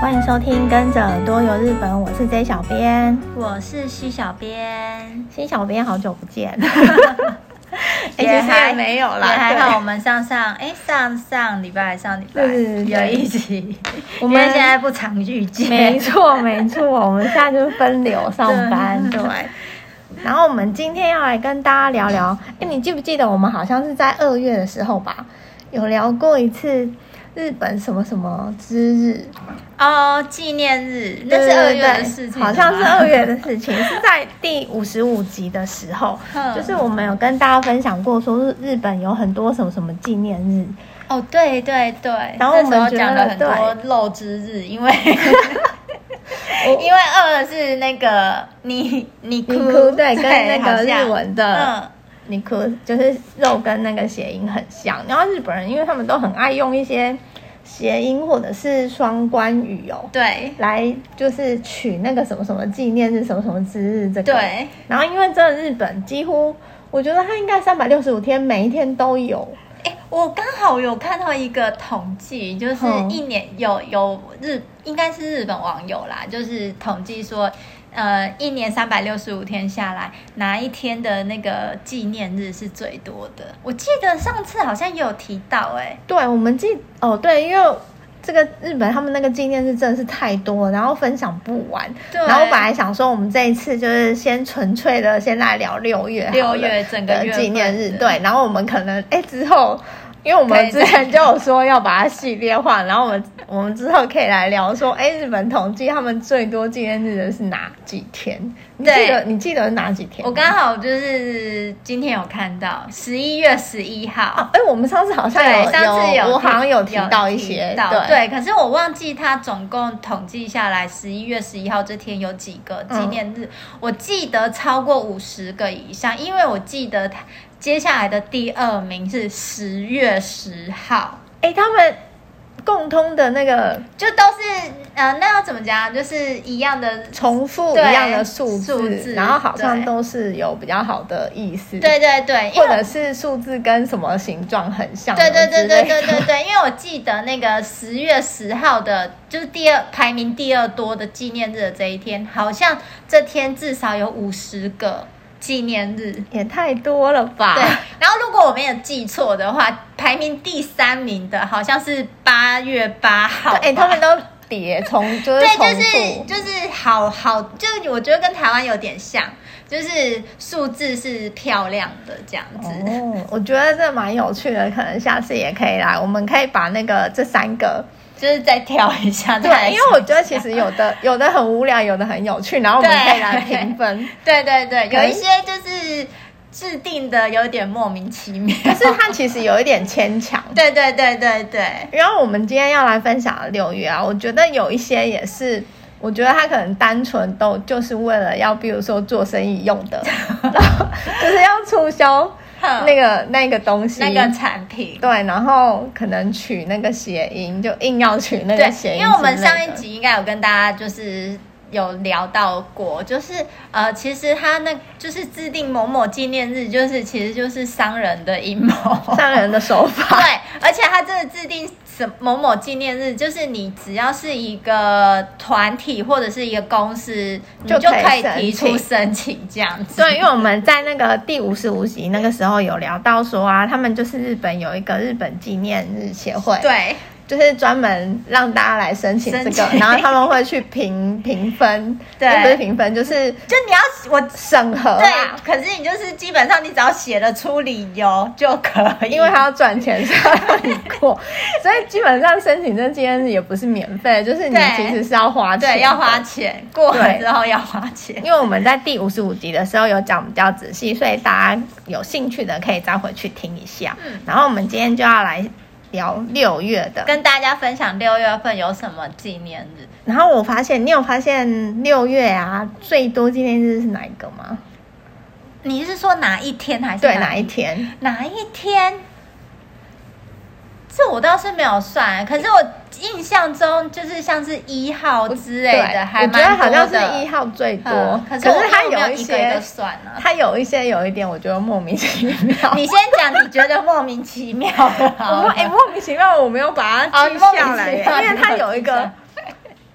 欢迎收听《跟着多游日本》，我是 J 小编。我是西小编，新小编好久不 见，也 哎其实还也没有也啦，还好，我对。们上上哎上上礼拜还上礼拜对对对有一集，我 因为们现在不常遇 见，没错，没错，我们现在就是分流上班，对对。然后我们今天要来跟大家聊聊，哎，你记不记得我们好像是在二月的时候吧，有聊过一次日本什么什么之日？哦，纪念日，那对是二对月对，的事情，好像是二。月的事情，是在第五十五集的时候， 嗯就是我们有跟大家分享过，说日日本有很多什么什么纪念日，哦，对对对，然后我们那时候觉得讲了很多肉之日，因为 因为二是那个你你哭你哭对跟那个好像日文的嗯你可就是肉跟那个谐音很像。然后日本人因为他们都很爱用一些谐音或者是双关语哦，对来就是取那个什么什么纪念日、什么什么之日这个。对。然后因为真的日本几乎，我觉得它应该三百六十五天每一天都有。哎、我刚好有看到一个统计，就是嗯一年有有日，应该是日本网友啦，就是统计说，呃，一年三百六十五天下来，哪一天的那个纪念日是最多的？我记得上次好像也有提到、哎，对，我们记哦，对，因为这个日本他们那个纪念日真的是太多了，然后分享不完。对然后我本来想说，我们这一次就是先纯粹的先来聊六月好了，六月整个的月纪念份日，的对。然后我们可能哎之后。因为我们可以之前就有说要把它系列化，然后我们我们之后可以来聊说，哎，日本统计他们最多纪念日的是哪几天？你记对得你记得是哪几天吗？我刚好就是今天有看到十一月十一号。哎，我们上次好像对，有上次有，我好像有有提到一些提，到对对，可是我忘记他总共统计下来，十一月十一号这天有几个纪嗯念日？我记得超过五十个以上，因为我记得他接下来的第二名是十月十号，哎，他们共通的那个就都是呃，那要怎么讲？就是一样的。重复一对样的数字，数字然后好像对都是有比较好的意思，，对对对，因或为者是数字跟什么形状很像，对对对对对之类的对。对，因为我记得那个十月十号的，就是第二排名第二多的纪念日的这一天，好像这天至少有五十个纪念日。 也太多了吧？对，然后如果我没有记错的话，排名第三名的好像是八月八号吧。哎、他们都叠 重，就是对，重就是复，就是好好，就是我觉得跟台湾有点像，就是数字是漂亮的这样子。哦，我觉得这蛮有趣的，可能下次也可以来，我们可以把那个这三个，就是再挑一下，再来对，因为我想一觉得下其实有 的有的很无聊，有的很有趣，然后我们可以对来评分。对对对，可有以一些就是制定的有点莫名其 妙。可是它其实有一点牵强，对对对对对，然后我们今天要来分享的六月啊，我觉得有一些也是，我觉得他可能单纯都就是为了要，比如说做生意用 的，然后就是要促销哼那个那个东西，嗯那个产品。对，然后可能取那个谐音，就硬要取那个谐对，音，因为我们上一。集应该有跟大家就是有聊到过，就是呃，其实他那就是制定某某纪念日，就是其实就是商人的阴谋。上人的手 法，对，而且他这个制定什某某纪念日，就是你只要是一个团体或者是一个公司，你就就可以可申以提请出申请这样子。 对，因为我们在那个第五十五集那个时候有聊到说啊，他们就是日本有一个日本纪念日协会，对，就是专门让大家来申请这申个，请然后他们会去评评分，对也不是评分，就是就你要我审核啦。对，可是你就是基本上你只要写得出理由就可以，因为他要赚钱，所以他让你过， 所以基本上申请这件事也不是免费，就是你对其实是要花钱，对要花。钱，过了之后要花钱。因为我们在第五十五集的时候有讲比较仔细，所以大家有兴趣的可以再回去听一下。嗯然后我们今天就要来聊六月的，跟大家分享六月份有什么纪念日？然后我发现你有发现六月啊最多纪念日是哪一个吗？你是说哪一天还是对，哪哪一天？哪一天？这我倒是没有算，可是我印象中就是像是一号之类对的，还我觉得蛮多好的。像是一号最多，嗯可可是我它没有有一个一些个，算啊。它有一些有一点，我觉得莫名其妙。 你先讲，你觉得莫名其妙的我好了。哎、莫名其妙，我没有把它哦记莫名下来其耶，妙因为它有一个。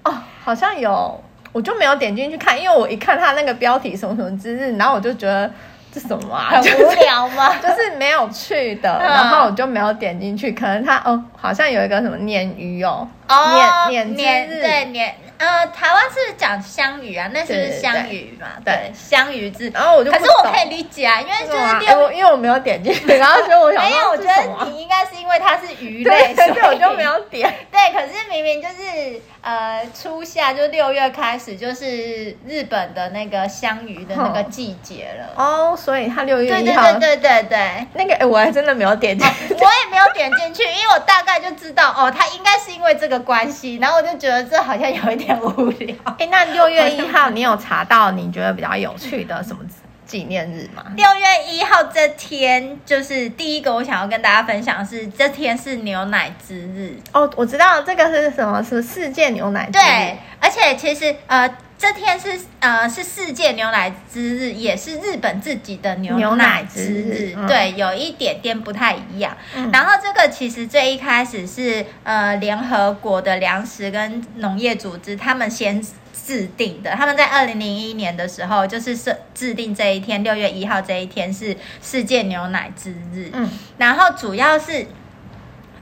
哦好像有，我就没有点进去看，因为我一看他那个标题什么什么之日，然后我就觉得这什么啊，很就无聊吗？ 就是没有去的，嗯然后我就没有点进去。可能他哦，好像有一个什么鲶鱼哦，哦，鲶鲶年之日对年，呃，台湾是讲香鱼啊，那是不对是对香对鱼嘛？对对，香鱼字。然后我就可不是我懂可以理解啊，因为这就种啊是哎六我因为我没有点进去，然后所以我想没有，说我这觉是什么得啊你应该是因为它是鱼类，对对所对，以我就没。有点。 对，可是明明就是呃初夏，就六月开始，就是日本的那个香鱼的那个哼季节了。哦，所以他六月对一对号对对对对。那个、哎我还真的没有 点进去。哦我也没有点进去，因为我大概就知道哦，它应该是因为这个关系，然后我就觉得这好像有一点无聊。 哎、那六月一号你有查到你觉得比较有趣的什么纪念日吗？ 六月一号这天，就是第一个我想要跟大家分享的是，这天是牛奶之日。哦，我知道这个是什么，是世界牛奶之日对，而且其实呃，这天是呃是世界牛奶之日，也是日本自己的牛奶之牛奶之日日。嗯对，有一点点不太一样。嗯然后这个其实最一开始是呃联合国的粮食跟农业组织他们先。制定的，他们在二零零一年的时候，就是设制定这一天，六月一号这一天是世界牛奶之日。嗯然后主要是，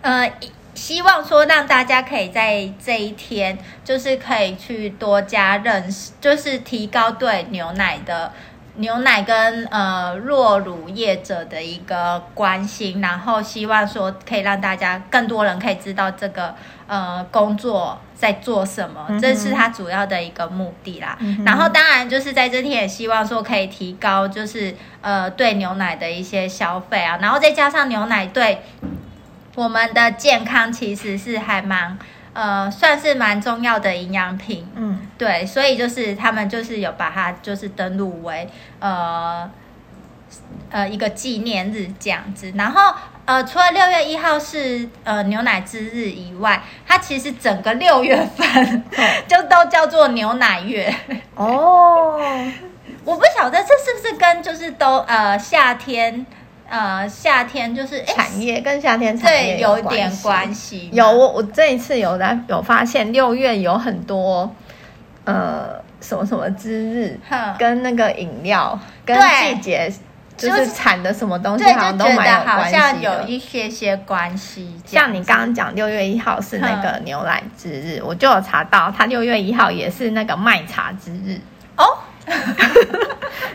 呃，希望说让大家可以在这一天，就是可以去多加认识，就是提高对牛奶的牛奶跟呃弱乳业者的一个关心，然后希望说可以让大家更多人可以知道这个呃工作在做什么，嗯哼这是它主要的一个目的啦。嗯哼然后当然就是在这天也希望说可以提高就是呃对牛奶的一些消费啊，然后再加上牛奶对我们的健康其实是还蛮呃算是蛮重要的营养品，嗯，对，所以就是他们就是有把它就是登录为呃呃一个纪念日这样子，然后。呃，除了六月一号是呃牛奶之日以外，它其实整个六月份 就都叫做牛奶月。哦，我不晓得这是不是跟就是都呃夏天呃夏天就是诶产业跟夏天产对业有关点系关系吗，有我我这一次有在有发现六月有很多呃什么什么之日，哼跟那个饮料跟嗯对季节就就是是产的什么东西对，好像就都觉蛮得好关系像有的。一些些关系这样像子。你刚刚讲六月一号是那个嗯牛奶之日，我就有查到，它六月一号也是那个麦茶之日。哦，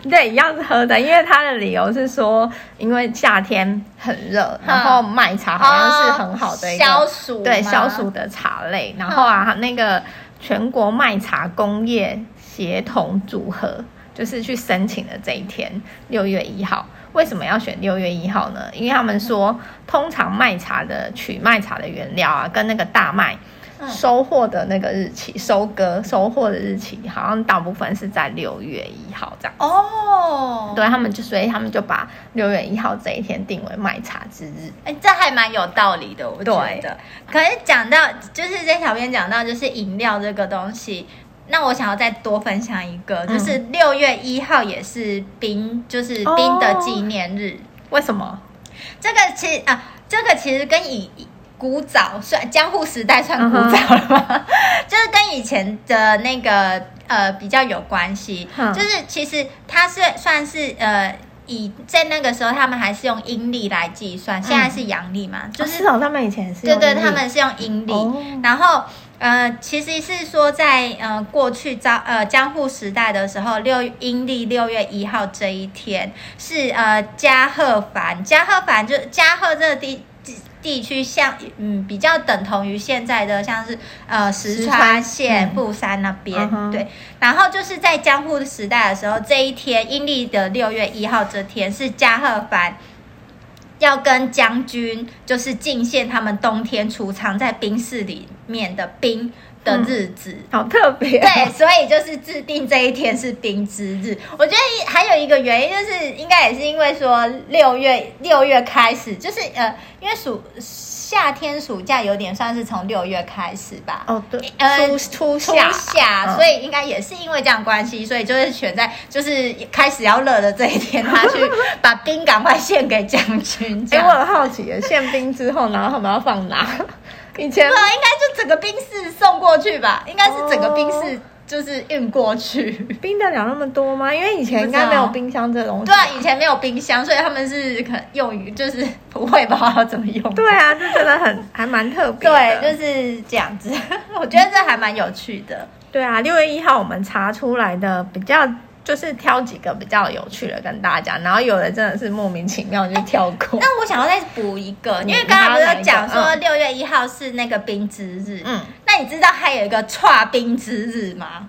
对，一样是喝的，因为它的理由是说，因为夏天很嗯热，然后麦茶好像是很好的一个消暑，对消暑。的茶类，然后啊，那个全国麦茶工业协同组合就是去申请的这一天，六月一号。为什么要选六月一号呢？因为他们说，通常麦茶的取麦茶的原料啊，跟那个大麦嗯收获的那个日期、收割收获的日期，好像大部分是在六月一号这样。哦，对他们就，所以他们就把六月一号这一天定为麦茶之日。哎，这还蛮有道理的，我觉对得。可是讲到，就是在小编讲到，就是饮料这个东西，那我想要再多分享一个，嗯就是六月一号也是冰，就是冰哦的纪念日。为什么？这个其实啊，这个其实跟以古早算江户时代算古早了吗？嗯 就是跟以前的那个呃比较有关系。嗯就是其实它是算是呃以在那个时候他们还是用阴历来计算，现在是阳历嘛，就就是是哦，他们以前是对对，用日他们是用阴历，哦然后呃，其实是说在呃过去朝呃江户时代的时候，六阴历六月一号这一天是呃加贺藩，加贺藩就加贺这个地。地区像嗯比较等同于现在的像是呃石石川川县嗯富山那边、嗯哼对，然后就是在江户时代的时候，这一天阴历的六月一号这天是加贺藩要跟将军就是进献他们冬天储藏在冰室里面的冰的日子。好特别、对，所以就是制定这一天是冰之日。我觉得还有一个原因就是，应该也是因为说六月六月开始，就是呃，因为暑夏天暑假有点算是从六月开始吧。 哦，对，呃初初初夏，夏，嗯所以应该也是因为这样关系，所以就是选在就是开始要热的这一天，他去把冰赶快献给将军。这哎、样 我很好奇耶，宪兵之后，然后他们要放哪？以前对啊，应该就整个冰室送过去吧，应该是整个冰哦室就是运过去。 冰得了那么多吗？因为以前应该没有冰箱这东西。对啊，以前没有冰箱，所以他们是可能用于就是不会不知道怎么用。对啊，这真的很还蛮特别对的。，就是这样子。 我觉得这还蛮有趣的。对啊，六月一号我们查出来的比较，就是挑几个比较有趣的跟大家讲，然后有的真的是莫名其妙就跳过。那我想要再补一个，哦你因为刚才不是讲你还说有六月一号是那个冰之日，嗯，那你知道还有一个串冰之日吗？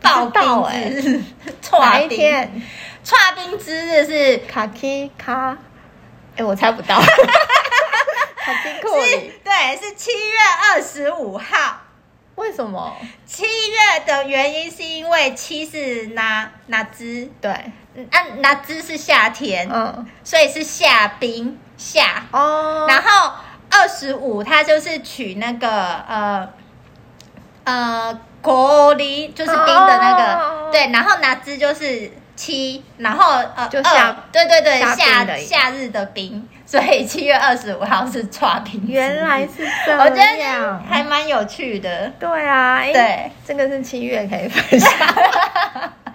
爆不知道欸冰之 日，串、哪一冰，天？串冰之日是卡基卡，哎、我猜不 到。卡基库是里，对，是七月二十五号。为什么？七月的原因是因为七是哪哪只，对，嗯啊哪只是夏天，嗯，所以是夏冰夏。哦，然后二十五，它就是取那个呃呃国梨，就是冰的那个，哦对。然后哪只就是七，然后呃就夏二对对对夏夏冰的意思夏日的冰， 所以七月二十五号是抓冰。原来，是这样。我觉得还蛮有趣的。对啊，哎对，这个是七月可以分 享。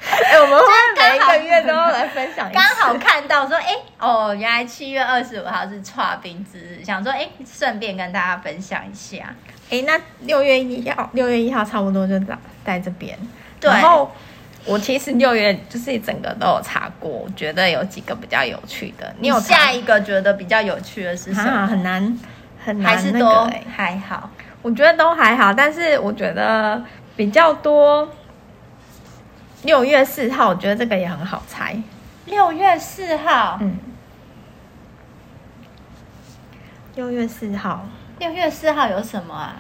哎、我们会不会每一个月都要来分享一次刚好看到说，哎、哦，原来七月二十五号是跨冰之日，想说，哎、顺便跟大家分享一下。哎、那六月一号，六月一号差不多就在在这边。对然后我其实六月就是整个都有查过，我觉得有几个比较有趣的。你有查下一个觉得比较有趣的是什么？啊？很难，很难、那还个是都哎还好？我觉得都还好，但是我觉得比较多。六月四号，我觉得这个也很好猜。六月四号，嗯，六月四号，六月四号有什么啊？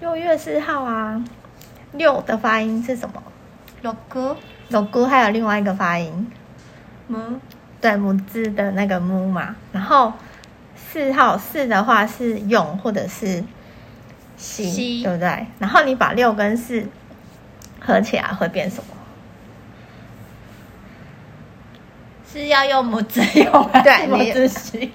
六月四号啊，六的发音是什么？六哥，老姑还有另外一个发音，嗯，对母字的那个木嘛。然后四号四的话是用或者是西，西对不对？然后你把六跟四合起来会变什么？是要用拇指用还对是你拇指西？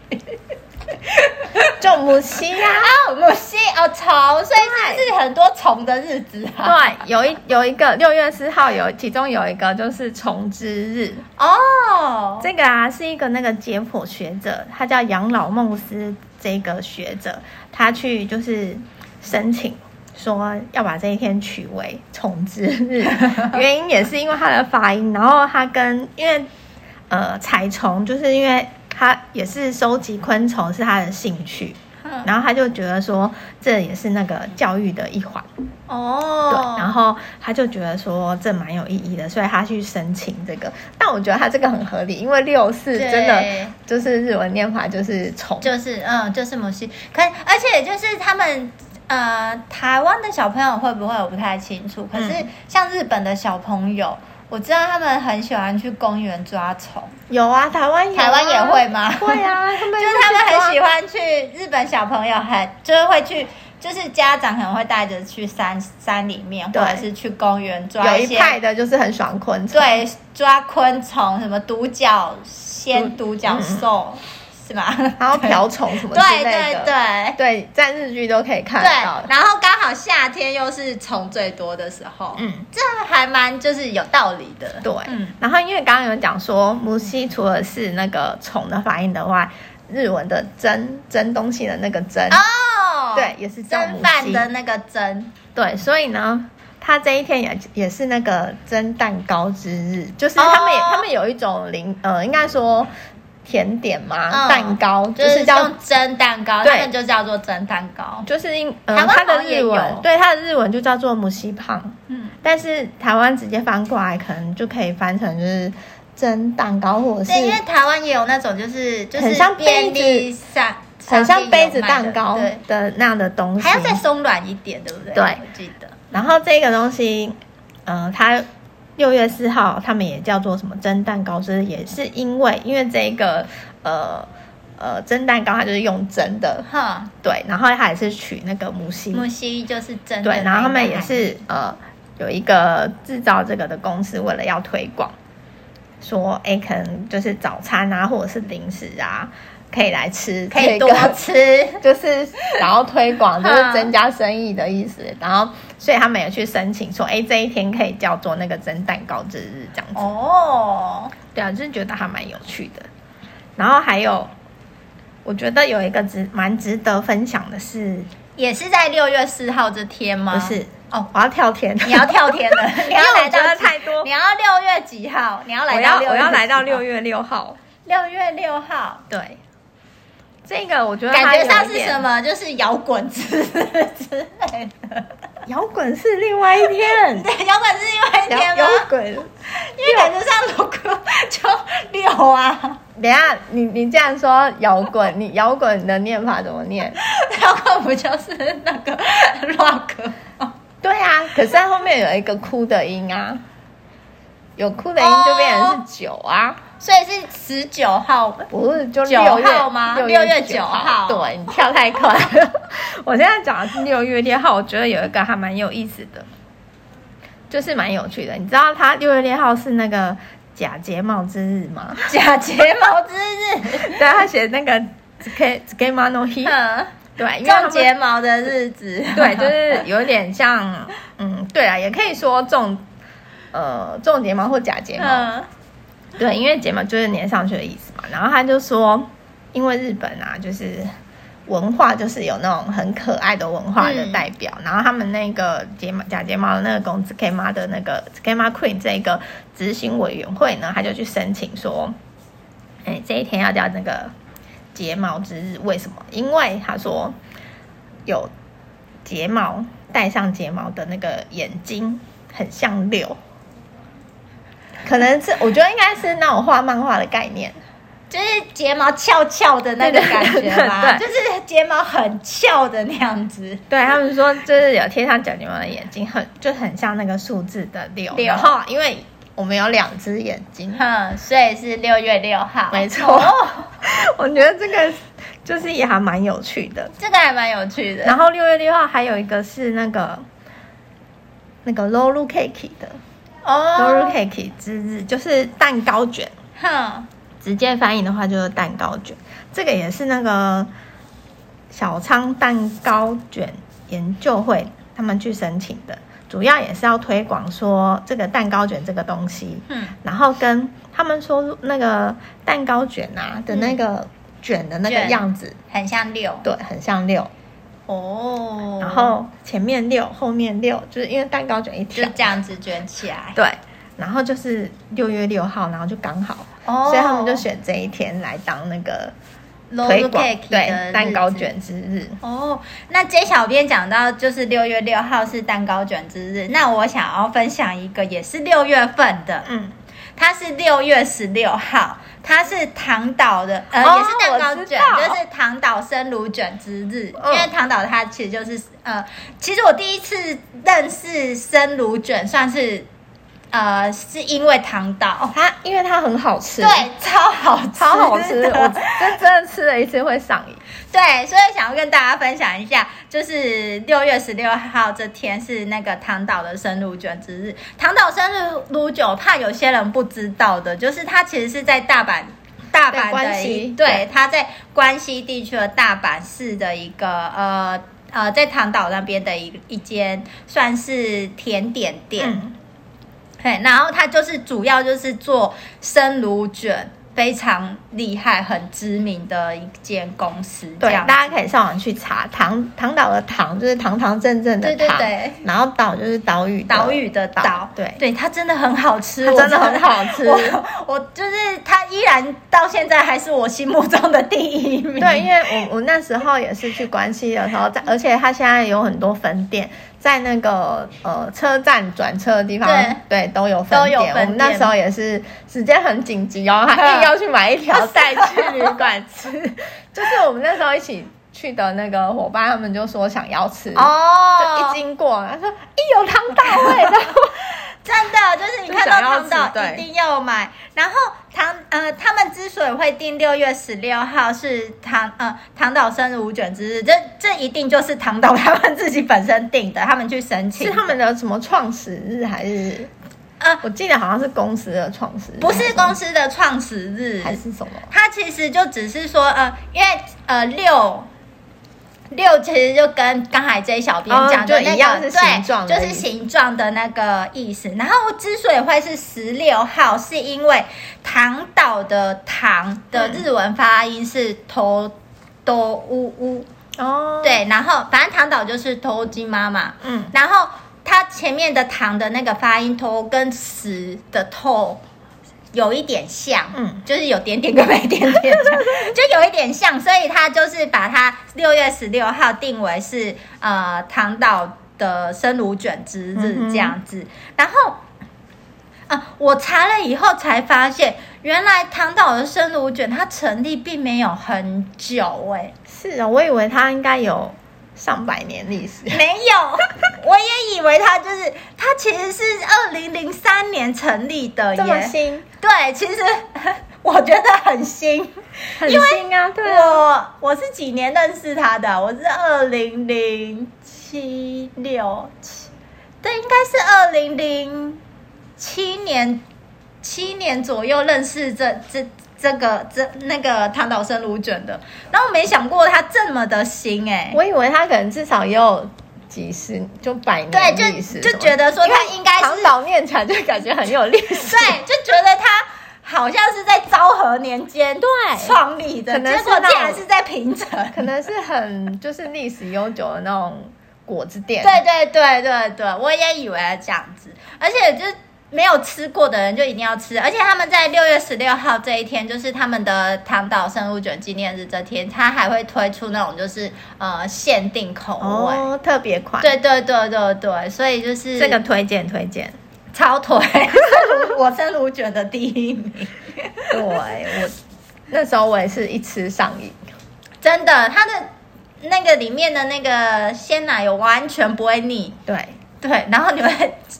就母西呀、啊，母西 哦，虫，所以是不是很多虫的日子啊？对，有一有一个六月四号有，其中有一个就是虫之日。哦，这个啊是一个那个解剖学者，他叫养老孟斯这个学者，他去就是申请说要把这一天取为虫之日，原因也是因为它的发音，然后它跟因为呃采虫，就是因为他也是收集昆虫是他的兴趣，嗯然后他就觉得说这也是那个教育的一环，对，哦，然后他就觉得说这蛮有意义的，所以他去申请这个。但我觉得他这个很合理，因为六四对真的就是日文念法就是虫，就是嗯，就是母系，可而且就是他们呃，台湾的小朋友会不会我不太清楚，可是嗯像日本的小朋友，我知道他们很喜欢去公园抓虫，有啊，台湾有啊、台湾也会吗会啊，他们 就是他们很喜欢。欢去日本小朋友很就是会去。就是家长可能会带着去山山里面，对或者是去公园抓有一一些派的就是很喜欢昆虫，对抓昆虫，什么独角仙、独角兽，是吧？嗯 然后瓢虫什么之对类的对，对，对在日剧都可以看得到对，。然后刚好夏天又是虫最多的时候，嗯，这还蛮就是有道理的。对，嗯，然后因为刚刚有讲说母系除了是那个虫的发音的外，日文的蒸蒸东西的那个蒸，哦，对，，也是叫蒸母饭系的那个蒸，对，所以呢，他这一天也也是那个蒸蛋糕之日，就是他们也、哦他们有一种零呃，应该说甜点嘛，嗯蛋糕就就是是叫。用蒸蛋糕，对他们就叫做蒸蛋糕。就是因呃，台湾它好的像也日文有对它的日文就叫做母西胖，嗯，但是台湾直接翻过来可能就可以翻成就是蒸蛋糕或者是对，因为台湾也有那种就是就是很像杯便子利上，很商像店杯有子卖蛋的糕对，的那样的东西，还要再松软一点，对不对？对我记得然后这个东西，呃，它六月四号他们也叫做什么蒸蛋糕，就是也是因为因为这个呃呃蒸蛋糕它就是用蒸的，哈，对，然后它也是取那个母系，木西就是蒸的对，然后他们也那个是呃有一个制造这个的公司为了要推广，说哎可能就是早餐啊或者是零食啊。可以来吃，可以多吃， 就是然后推广，就嗯是增加生意的意思。然后，所以他们有去申请说，哎，这一天可以叫做那个蒸蛋糕之日这样子。哦，对啊，就是觉得还蛮有趣的。然后还有，我觉得有一个值蛮值得分享的是，也是在六月四号这天吗？不是哦，我要跳天，你要跳天 了，你因要为来我到觉得几太多你要六月几号？你要我来要到六我要来到六六月六号。六月六号。对，这个我觉得感它有觉一上是点什么？就是摇滚之之类的。摇滚是另外一 天，对，摇滚是因为天吗摇？滚。因为感觉上如果就六啊， 等一下，你你既然说摇滚，你摇滚的念法怎么念？摇滚不就是那个 rock？吗对啊，可是它后面有一个哭的音啊，有哭的音就变成是九啊，所以是十九号不是就九六哦月号吗六六月九九号对你跳太快了。 我现在讲的是六月六号，我觉得有一个还蛮有意思的，就是蛮有趣的。你知道它六月六号是那个假睫毛之日 吗？假睫毛之 日，对，他写那个 K K Mano He，嗯，对，因为他种们睫毛的日子，对，就是有点像，嗯，对啊，也可以说种，呃，种睫毛或假睫毛，嗯，对，因为睫毛就是粘上去的意思嘛。然后他就说，因为日本啊，就是文化就是有那种很可爱的文化的代表，然后他们那个睫毛假睫毛的那个公司 K 妈的那个 K 妈 Queen 这个执行委员会呢，他就去申请说，哎，这一天要叫那个睫毛之日，为什么？因为他说有睫毛戴上睫毛的那个眼睛很像六，可能是我觉得应该是那种画漫画的概念，就是睫毛翘翘的那个感觉吧，对对对就是睫毛很翘的那样子。对他们说，就是有贴上假睫毛的眼睛很就很像那个数字的六，六然后因为我们有两只眼睛，嗯，所以是六月六号，没错哦 我觉得这个就是也还蛮有趣的。这个还蛮有趣的。然后六月六号还有一个是那个那个 Lolu Cake 的、l o l u 哦， Cake 之日，就是蛋糕卷。哼，直接翻译的话就是蛋糕卷，这个也是那个小仓蛋糕卷研究会他们去申请的，主要也是要推广说这个蛋糕卷这个东西，嗯，然后跟他们说那个蛋糕卷啊的那个卷的那个卷样子，很像六对，很像六，哦，然后前面六，后面六，就是因为蛋糕卷一就条，这样子卷起来，对，然后就是六月六号，然后就刚好，哦所以他们就选这一天来当那个。推 roll 广 cake 的对蛋糕日子。卷之日。哦，那 J 小编讲到就是六月六号是蛋糕卷之日，那我想要分享一个也是六月份的，嗯，它是六月十六号，它是唐岛的，呃，哦也是蛋糕我知卷，道就是唐岛生乳卷之日。嗯因为唐岛它其实就是呃，其实我第一次认识生乳卷，算是呃，是因为唐岛，它因为它很好吃，对，超好吃，哦超好吃， 我这真的吃了一次会上瘾。对，所以想要跟大家分享一下，就是六月十六号这天是那个唐岛的生乳卷之日。唐岛生乳乳酒，怕有些人不知道的，就是它其实是在大阪。大阪对关的西一对对，它在关西地区的大阪市的一个呃呃，在唐岛那边的一一间算是甜点店，嗯，对，然后它就是主要就是做生乳卷，非常厉害、很知名的一间公司。对这，样大家可以上网去查唐唐岛的唐就是堂堂正正的对唐，对对，然后岛就是岛屿的岛屿的岛，对对，它真的很好吃，它我真的很好吃我我就是它依然到现在还是我心目中的第一名。对，因为我我那时候也是去关西的时候，在而且它现在有很多分店，在那个呃车站转车的地方，对都有分都店。有分我们那店时候也是时间很紧急哦，还硬要去买一条带去旅馆吃，就是我们那时候一起去的那个伙伴，他们就说想要吃。就哦一，经过，他说：“一有汤到味的， 真的就是你看到就唐想要吃岛对一定要买。然后唐呃，他们之所以会定六月十六号是唐呃唐岛生日五卷之日，这这一定就是唐岛他们自己本身定的，他们去申请是的。他们的什么创始日还是呃，我记得好像是公司的创始人，不是公司的创始日，还是什么？它其实就只是说，呃，因为呃六六其实就跟刚才 J 小编讲的哦就那一样个、是形状对，的就意是思形状的那个意思。然后之所以会是十六号，是因为唐岛的唐的嗯日文发音是头多乌乌，哦，，对，然后反正唐岛就是头金妈妈，嗯，然后它前面的唐的那个发音头跟十的透有一点像，嗯，就是有点点跟没点点这样，就有一点像，所以它就是把它六月十六号定为是呃唐岛的生乳卷之嗯日哼这样子，然后。啊！我查了以后才发现，原来唐岛的生乳卷它成立并没有很久哎、是啊、我以为他应该有上百年历 史，没有，我也以为它就是它，其实是二零零三年成立的这么耶。新，对，其实 我觉得很新。很新啊，对啊，我我是几年认识他的？啊我是二零零七六七，对，应该是二零零七年七年左右认识这这。这个这那个唐岛生乳卷的，然后没想过它这么的新哎、我以为他可能至少也有几十就百对，年历史就什么的，就觉得说它应该唐是岛念起来就感觉很有历 史，对，就觉得他好像是在昭和年间对创立的，可能结是果那竟种然是在平城。可能是很就是历史悠久的那种果子店，对对对对对，我也以为这样子，而且就是没有吃过的人就一定要吃，而且他们在六月十六号这一天，就是他们的唐岛生物卷纪念日这天，他还会推出那种就是呃限定口味。哦，特别款，对对对对对，所以就是这个推荐推荐。超 腿，生乳我生 乳卷的第一名。对我那时候我也是一吃上瘾，真的，它的那个里面的那个鲜奶油完全不会腻，对，对，然后你会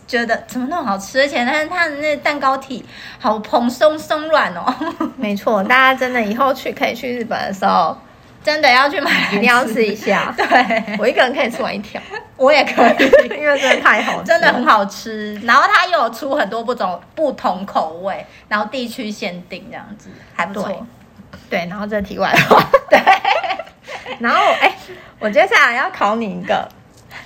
觉得怎么那么好吃，而且它它的那蛋糕体好蓬松松软哦， 没错，大家真的以后去可以去日本的时候真的要去买来，一定要吃一下 对，我一个人可以吃完一条，我也可以，因为真的太好吃， 真的很。好吃。然后它又有出很多不同不同口味，然后地区限定这样子，还不对错。对，然后这题外话， 对，然后哎、我接下来要考你一个，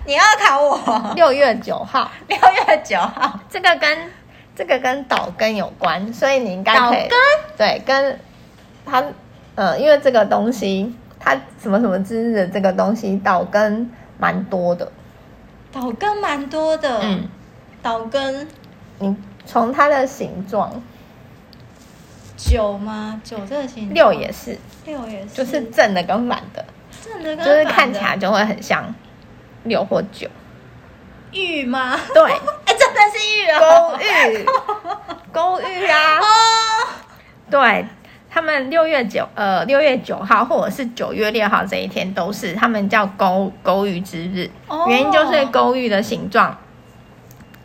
你要考我 六月九号，六月九号这个跟这个跟岛根有关，所以你应该岛可以根，对，跟它呃，因为这个东西它什么什么之日的这个东西，岛根蛮多的，岛根蛮多的，嗯，岛根你从它的形状，九吗？九这个形状六也是，六也是，就是正的跟反的，正的跟就是反的看起来就会很像六或九，玉吗？ 对，哎、真的是玉勾哦。玉，勾玉 啊，哦，对。他们六月九呃六月九号或者是九月六号这一天都是他们叫勾勾玉之日，哦原因就是勾玉的形状，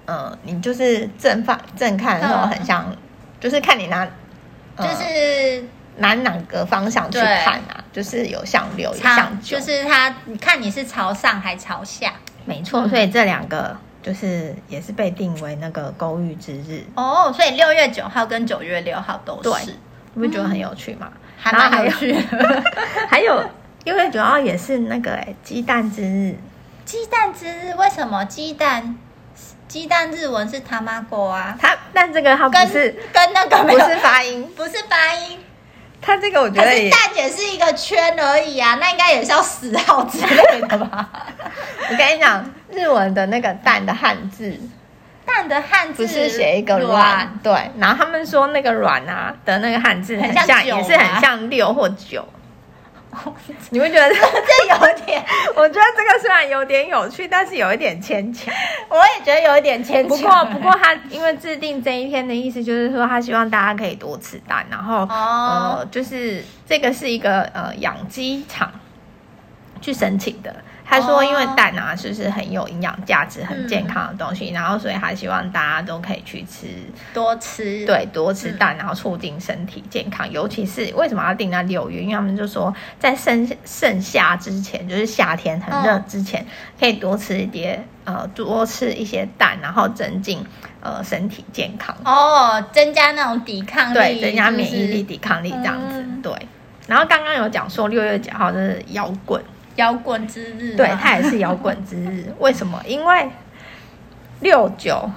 呃，你就是正放正看的时候嗯很像，就是看你拿，呃就是拿哪个方向去对看啊，就是有像六有朝，像九，就是它，你看你是朝上还朝下？没错，嗯所以这两个就是也是被定为那个勾玉之日，哦，所以六月九号跟九月六号都对是，你不觉得很有趣吗？还然后还蛮有趣的。 还有，因为主要也是那个欸鸡、蛋之日， 鸡蛋之日为什么鸡蛋？鸡蛋日文是 tamago 啊，它但这个它不跟是跟那个没不有是发音，不是发音，它这个我觉可得是也，蛋也是一个圈而已啊，那应该也是要十号之类的吧？我跟你讲，日文的那个蛋的汉字蛋的汉字不是写一个卵 卵，对，然后他们说那个卵啊的那个汉字很很像像，啊九也是吗很像六或九。你会觉得， 这有点，我觉得这个虽然有点有趣，但是有一点牵强。我也觉得有一点牵强。不过，不过他因为制定这一天的意思就是说，他希望大家可以多吃蛋，然后、哦呃，就是这个是一个呃养鸡场去申请的，他说，因为哦嗯蛋啊，就是很有营养价值、很健康的东西，然后所以他希望大家都可以去吃，多吃，对，多吃嗯蛋，然后促进身体健康。尤其是为什么要定在六月？因为他们就说，在盛盛夏之前，就是夏天很热嗯之前，可以多吃一些呃，多吃一些蛋，然后增进呃身体健康，哦，增加那种抵抗力，对，增加是不免疫力、是抵抗力这样子，嗯对。然后刚刚有讲说六月九号就是摇滚。摇滚之日嘛，对，它也是摇滚之日。为什么？因为六九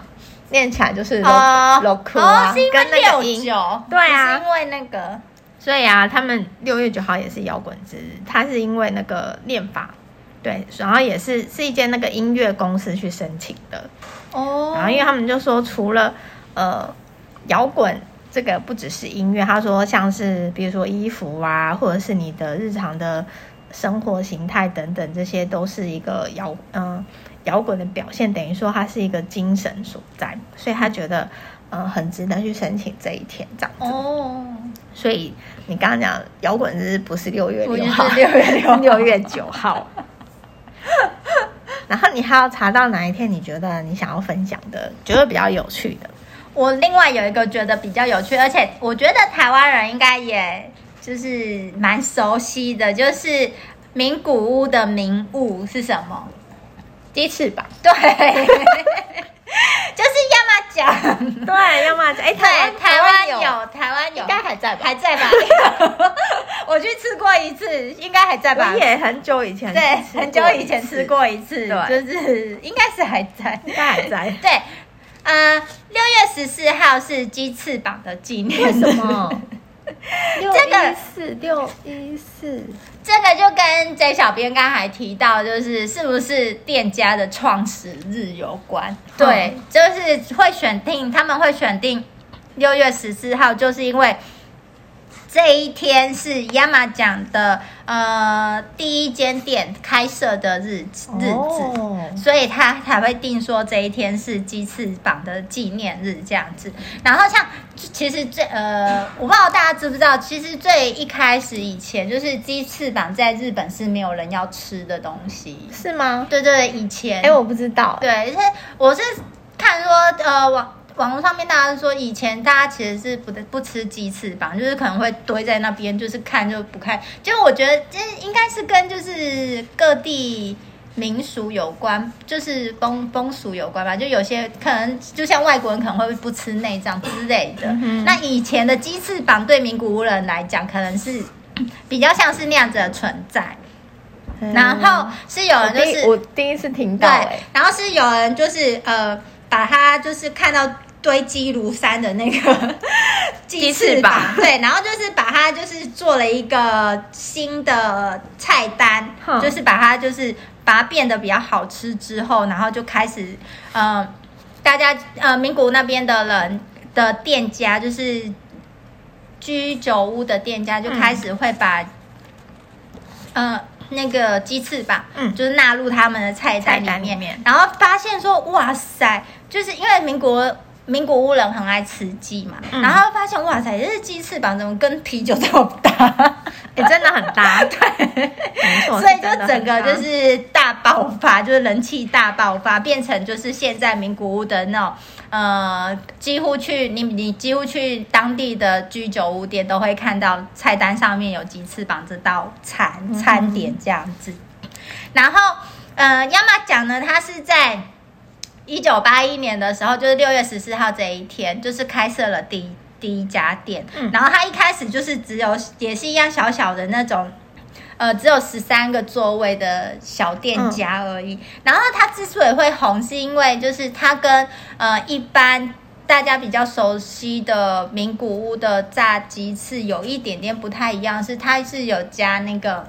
念起来就是哦 lo loku 哦啊，，是因为跟那六个音。九，对啊不是因为那个所以啊，他们六月九号也是摇滚之日，它是因为那个练法。对，然后也是是一间那个音乐公司去申请的，哦，然后因为他们就说，除了呃摇滚这个不只是音乐，他说像是比如说衣服啊，或者是你的日常的生活形态等等，这些都是一个摇嗯、摇滚的表现，等于说它是一个精神所在，所以他觉得呃很值得去申请这一天这样子。哦，所以你刚刚讲摇滚日不是六月不六是号， 6月6号六月九号。然后你还要查到哪一天你觉得你想要分享的，觉得比较有趣的？我另外有一个觉得比较有趣，而且我觉得台湾人应该也就是蛮熟悉的，就是名古屋的名物是什么？鸡翅膀， 对，就是亚麻酱。对，要么哎，台对，湾台湾有，有，台湾有，应该还在吧？还在吧？ 我去吃过一次，应该还在吧我？也很久以前，对，很久以前吃，过一次，对就是应该是还在。。应该还在对，呃，六月十四号是鸡翅膀的纪念日， 六这个一四六一四，这个就跟 J 小编刚才提到，就是是不是店家的创始日有关？对，就是会选定，他们会选定六月十四号，就是因为这一天是 y a m a 奖的呃第一间店开设的日子日子。哦所以他才会定说这一天是鸡翅膀的纪念日这样子。然后像其实最呃，我不知道大家知不知道，其实最一开始以前就是鸡翅膀在日本是没有人要吃的东西。是吗？对对，以前哎，我不知道，对，而且我是看说呃网。网络上面大家说，以前大家其实是不不吃鸡翅膀，就是可能会堆在那边，就是看就不看。就我觉得，这应该是跟就是各地民俗有关，就是风风俗有 关吧。就有些可能就像外国人可能会不吃内脏之类的。哼那以前的鸡翅膀对名古屋人来讲，可能是比较像是那样子的存在。嗯然后是有人就我是第我第一次听到，对哎，，然后是有人就是呃，把它就是看到堆积如山的 那个鸡鸡翅翅膀膀，对，然后就是把它就是做了一个新的菜单，哼就是把它就是把它变得比较好吃之后，然后就开始呃，大家呃，名古屋那边的人的店家就是。居酒屋的店嗯家就开始会把呃，那个鸡翅膀，嗯就是纳入他们的菜单里菜单面，里面然后发现说，哇塞，就是因为民国。民国屋人很爱吃鸡嘛，嗯然后发现哇塞，这是鸡翅膀怎么跟啤酒这么搭？哎，真的很搭， 对，没错，所以是真的就整很个搭就是大爆发，就是人气大爆发，变成就是现在名古屋的那种呃，几乎去你你几乎去当地的居酒屋店都会看到菜单上面有鸡翅膀这道餐嗯餐点这样子。然后呃，亚马讲呢，它是在。一九八一年的时候，就是六月十四号这一天，就是开设了第一第一家店。嗯然后它一开始就是只有也是一样小小的那种，呃，只有十三个座位的小店家而已。然后它之所以会红，是因为就是它跟呃一般。大家比较熟悉的名古屋的炸鸡翅有一点点不太一样，是它是有加那个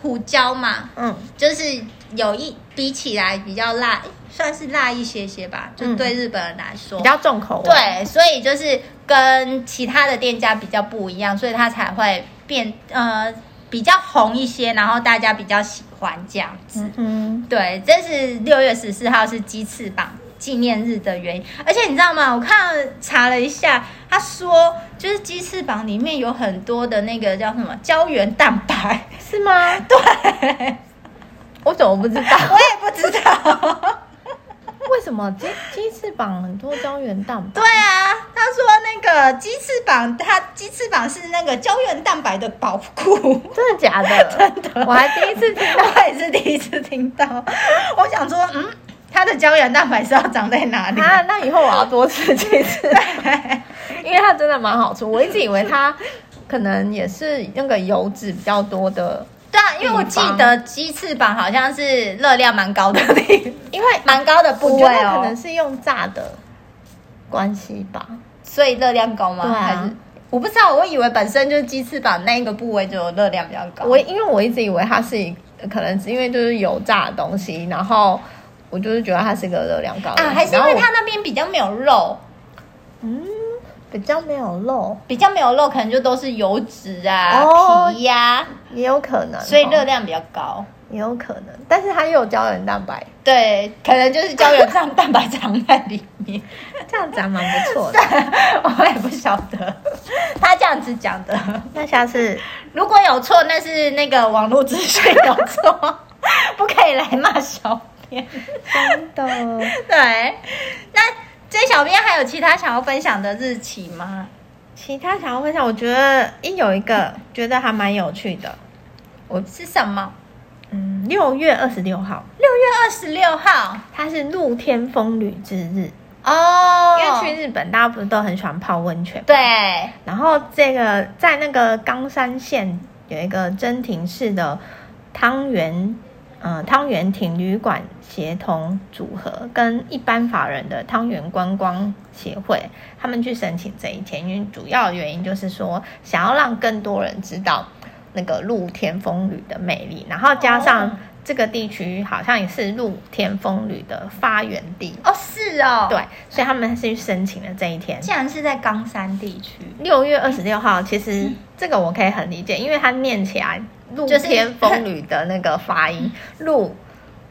胡椒嘛，嗯，就是有一比起来比较辣，算是辣一些些吧，就嗯对日本人来说。比较重口味，，对，所以就是跟其他的店家比较不一样，所以它才会变呃比较红一些，然后大家比较喜欢这样子。嗯哼，对，这是六月十四号是鸡翅膀纪念日的原因。而且你知道吗？我看了查了一下，他说就是鸡翅膀里面有 很多的那个叫什么胶原蛋白，是吗？对， 我怎么不知道？我也不知道。为什么鸡鸡翅膀很多胶原蛋白？对啊，他说那个鸡翅膀，它鸡翅膀是那个胶原蛋白的宝库。 真的假的？ 真的，我还第一次听 到。 我也是第一次听到，我想说，嗯，它的胶原蛋白是要长在哪里？ 啊，那以后我要多吃鸡 翅，因为它真的蛮好吃。我一直以为它可能也是那个油脂比较多的，对啊，因为我记得鸡翅膀好像是热量蛮高的地方，因为蛮高的部我位觉得可能哦，是用炸的关系吧。所以热量高吗？对啊还是啊我不知道，我以为本身就是鸡翅膀那一个部位就有热量比较高。我因为我一直以为它是一可能是因为就是油炸的东西，然后我就是觉得它是一个热量高的东啊，西还是因然后为我嗯它那边比较没有肉，比较没有肉，比较没有肉，可能就都是油脂啊、哦皮呀、也有可能哦，哦所以热量比较高。也有可能，但是它又有胶原蛋白， 对，可能就是胶原蛋蛋白藏在里面， 这样子还蛮不错的。我也不晓得。他这样子讲的，那下次如果有错，那是那个网络资讯有错，不可以来骂小编。 真的，对，那这小编还有其他想要分享的日期吗？其他想要分享，我觉得一有一个觉得还蛮有趣的，是什么？嗯，六月二十六号，六月二十六号它是露天风旅之日，哦，因为去日本大家不是都很喜欢泡温泉吗，对，然后这个在那个冈山县有一个真庭市的汤圆，呃，汤圆亭旅馆协同组合跟一般法人的汤圆观光协会，他们去申请这一天，因为主要的原因就是说想要让更多人知道那个露天风旅的魅力，然后加哦上这个地区好像也是露天风旅的发源地，哦是哦，对，所以他们是去申请了这一天。竟然是在冈山地区，六月二十六号，其实这个我可以很理解，因为它念起来露嗯就是嗯天风吕的那个发音，露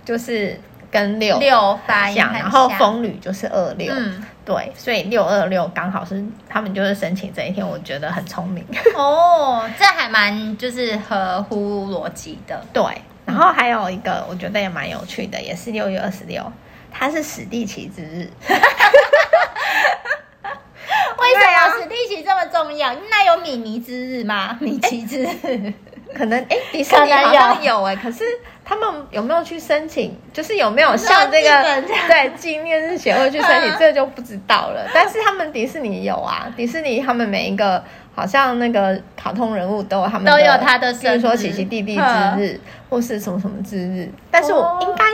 就是跟六六发音像，很然后像，风吕就是二六、嗯，对，所以六二六刚好是他们就是申请这一天，我觉得很聪 明，哦，这还蛮就是合乎逻辑的，对。然后还有一个我觉得也蛮有趣的，也是六月二十六，它是史地奇之日，为什对啊么史蒂奇这么重要？那有米妮之日吗？米奇之日，可能哎迪士尼可能好有像有哎、可是他们有没有去申请？就是有没有像这日个本这样对纪念日协会去申请嗯，这就不知道 了。但是他们迪士尼有啊，迪士尼他们每一个好像那个卡通人物都有他们都有他的比如生说日嗯奇奇弟弟之日，或是什么什么之日。但是我哦应该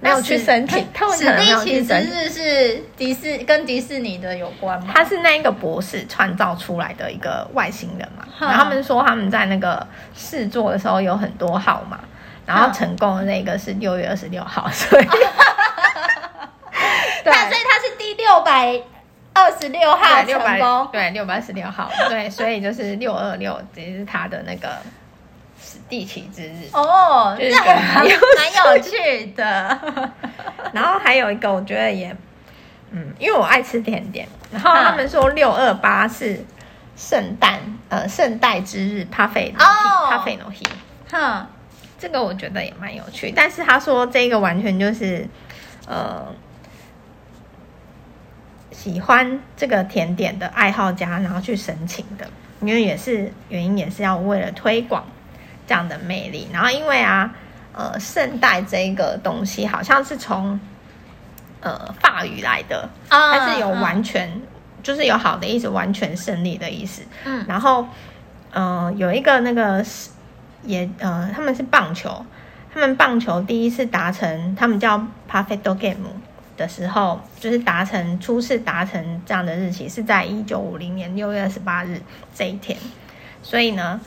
没有去申请，他们可史能没蒂有奇去之申请。日是迪士跟迪士尼的有关吗？他是那一个博士创造出来的一个外星人嘛，嗯然后他们说他们在那个试做的时候有很多号码，然后成功的那个是六月二十六 号，所以对那所以它是第六百二十六号对六成百功对六百二十六号，对，所以就是六二六，这是他的那个史地奇之日。哦，就是这还蛮蛮有蛮有趣的。 然后还有一个我觉得也，嗯，因为我爱吃甜点，然后他们说六二八是圣诞呃圣代之日，帕菲诺哦帕菲诺希。哼，啊这个我觉得也蛮有趣，但是他说这个完全就是，呃，喜欢这个甜点的爱好家，然后去申请的，因为也是原因也是要为了推广这样的魅力。然后因为啊，呃，圣代这个东西好像是从呃法语来的，它是有嗯完全、就是有好的意思，完全胜利的意思。嗯然后，嗯、有一个那个是也呃，他们是棒球，他们棒球第一次达成，他们叫 Perfecto Game 的时候，就是达成初次达成这样的日期是在一九五零年六月二十八日这一天，所以呢，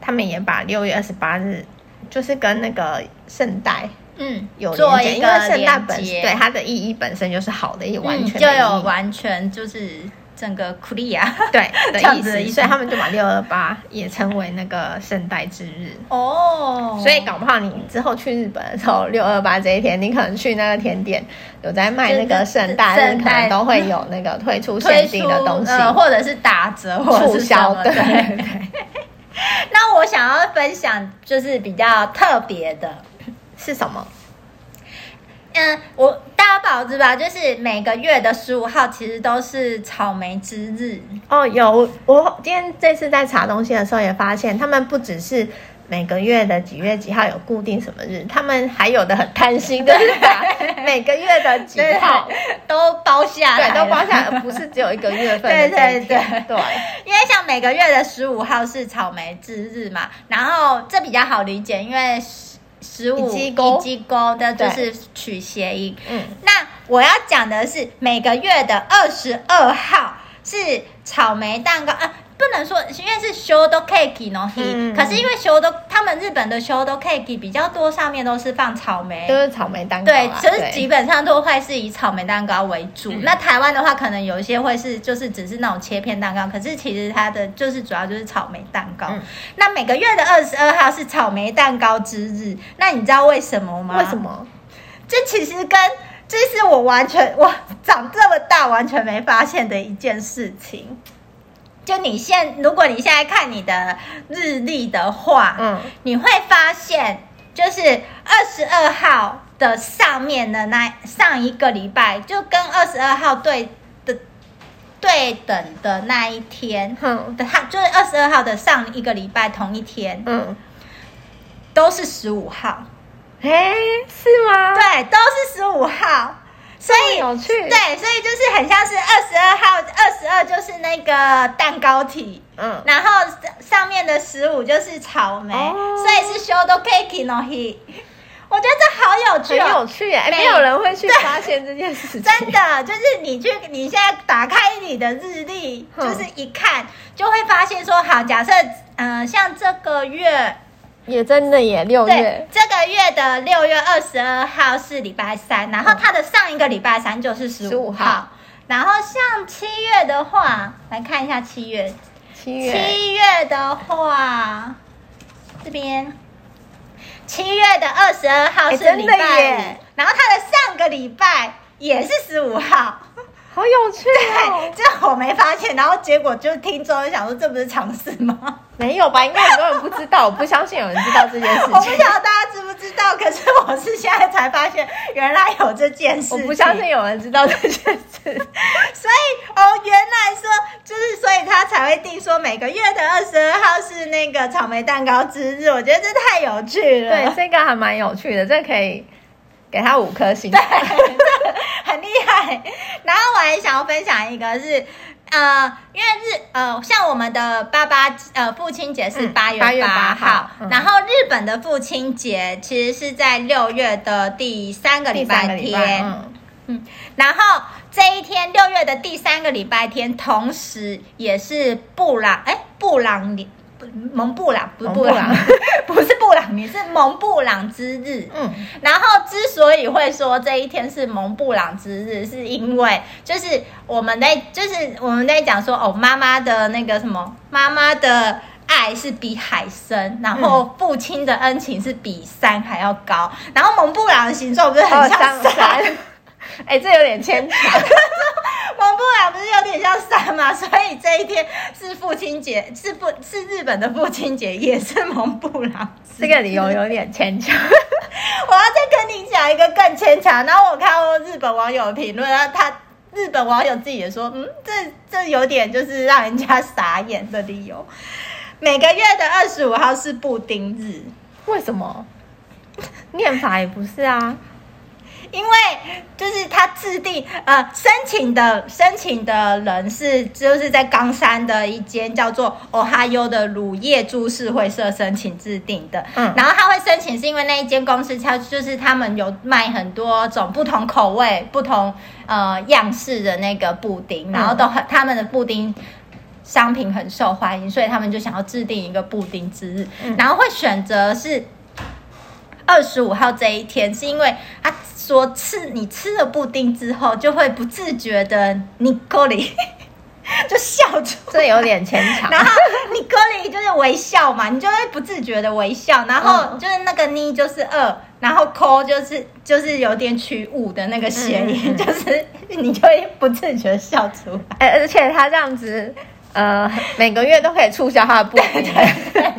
他们也把六月二十八日就是跟那个圣代。嗯，有做连接，一因为个圣诞连本接，对它的意义本身就是好的意义，完全嗯、就的意义有完全就是整 个 clear 对这的样意子的意思，思所以他们就把六二八也称为那个圣代之日。哦所以搞不好你之后去日本的时候，六二八这一天，你可能去那个甜点有在卖那个圣诞就是日，圣可能诞都会有那个推出推限定出的东西，呃，或者是打折或者促是什销 么对对。 那我想要分享就是比较特别的，是什么？嗯，我大家保知吧，就是每个月的十五号其实都是草莓之日。 哦，有我今天这次在查东西的时候也发现，他们不只是每个月的几月几号有固定什么日，他们还有的很贪 心，就是把每个月的几对号，都包下对来，都包 下来，不是只有一个月份的对对这一天对， 因为像每个月的十五号是草莓之日嘛，然后这比较好理解，因为十五一鸡公一鸡公的就对是取谐音。嗯，那我要讲的是每个月的二十二号是草莓蛋糕啊。不能说，因为是 s h o d o cake 呢、嗯可是因为 s h o d o 他们日本的 s h o d o cake 比较多，上面都是放草莓，就是草莓蛋糕啊对啦，，就是基本上都会是以草莓蛋糕为主。那台湾的话，可能有一些会是就是只是那种切片蛋糕，可是其实它的就是主要就是草莓蛋糕。嗯那每个月的二十二号是草莓蛋糕之日，那你知道为什么吗？为什？么？这其实跟这是我完全我长这么大完全没发现的一件事情。就你现，如果你现在看你的日历的话，嗯，你会发现，就是二十二号的上面的那上一个礼拜，就跟二十二号对的对等的那一天，哼，的它就是二十二号的上一个礼拜同一天，嗯，都是十五号，哎，是吗？对，都是十五号，所这么以。有趣，对，所以就是很像是二十二号，二十二就是那个蛋糕体，嗯，然后上面的食物就是草莓，哦所以是 shodo cake no he。我觉得这好有趣很有哦，趣哎，每没有人会去发现这件事情，真的，就是你去你现在打开你的日历，嗯就是一看就会发现说，好，假设嗯、呃像这个月，也真的耶，六对哦月，，这个月的六月二十二号是礼拜三，然后它的上一个礼拜三就是十五15号号，然后像七月的话，来看一下七月，七月，七月的话，这边七月的二十二号哎是真礼拜的二，耶然后它的上个礼拜也是十五号。好有趣对哦，，这我没发现，然后结果就听众想说这不是常识吗？没有吧？应该很多人不知道，我不相信有人知道这件事我 情，不晓得大家知不知道，可是我是现在才发现原来有这件事。我不相信有人知道这件事。所以哦，原来说就是，所以他才会定说每个月的二十二号是那个草莓蛋糕之日。我觉得这太有趣了，对，，这个还蛮有趣的，这可以给他五颗星。很厉害。然后我还想要分享一个是。呃，因为日呃，像我们的爸爸呃，父亲节是嗯八月8月八8号号，嗯然后日本的父亲节其实是在六月的第三个礼第三个拜礼拜，天，嗯，然后这一天六月的第三个礼拜天，同时也是布朗哎布朗年不蒙布朗不是蒙布布朗朗， 不是布朗年是蒙布朗之日。嗯，然后之所以会说这一天是蒙布朗之日，是因为就是我们在就是我们在讲说哦，妈妈的那个什么，妈妈的爱是比海深，然嗯后父亲的恩情是比山还要高。然后蒙布朗的形状不是还有很像上山山？，哦 哎、这有点牵强。 蒙布朗不是有点像山吗？所以这一天是父亲节，是不，是日本的父亲节，也是蒙布朗。 这个理由有点牵强， 我要再跟你讲一个更牵强。然后我看到日本网友的评论，然后他日本网友自己也说，嗯，这这有点就是让人家傻眼的理由。每个月的二十五号是布丁日，为什么？念法也不是啊，因为就是他制定呃申请的申请的人是就是在冈山的一间叫做哦哈优的乳业株式会社申请制定的，嗯然后他会申请是因为那一间公司它就是他们有卖很多种不同口味、不同呃样式的那个布丁，然后都嗯很他们的布丁。商品很受欢迎，所以他们就想要制定一个布丁之日，嗯然后会选择是二十五号这一天，是因为他说吃你吃了布丁之后，就会不自觉的 n i c o l 就笑出来。这有点牵 强。然后 n i c o l 就是微笑嘛，你就会不自觉的微笑，然后嗯就是那个 ni 就是二，然后 ko 就是就是有点取五的那个谐音，嗯嗯嗯 就是你就会不自觉地笑出来。哎、而 且他这样子，呃，每个月都可以促销他的布丁，对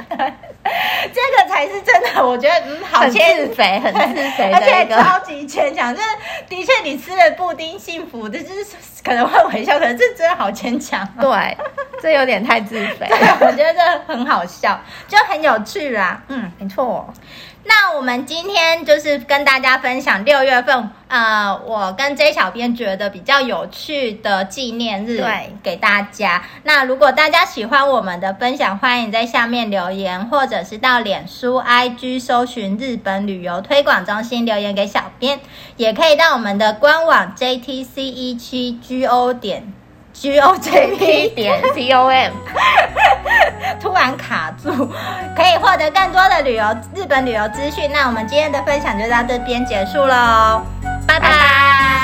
这个才是真的，我觉得嗯，好很切自肥，很自 肥而的一且个。超级牵强，就是的确你吃了布丁幸福，这就是可能会微笑，可是这真的好牵强、哦。对，这有点太自 肥。 我觉得这很好笑，就很有趣啦。嗯，没错，哦那我们今天就是跟大家分享六月份，呃，我跟 J 小编觉得比较有趣的纪念日，对，给大家。那如果大家喜欢我们的分享，欢迎在下面留言，或者是到脸书、IG 搜寻日本旅游推广中心留言给小编，也可以到我们的官网 JTC 一 E 七 GO 点 GOJP P 点 C O M，突然卡住，可以获得更多的旅游日本旅游资讯。那我们今天的分享就到这边结束喽，拜拜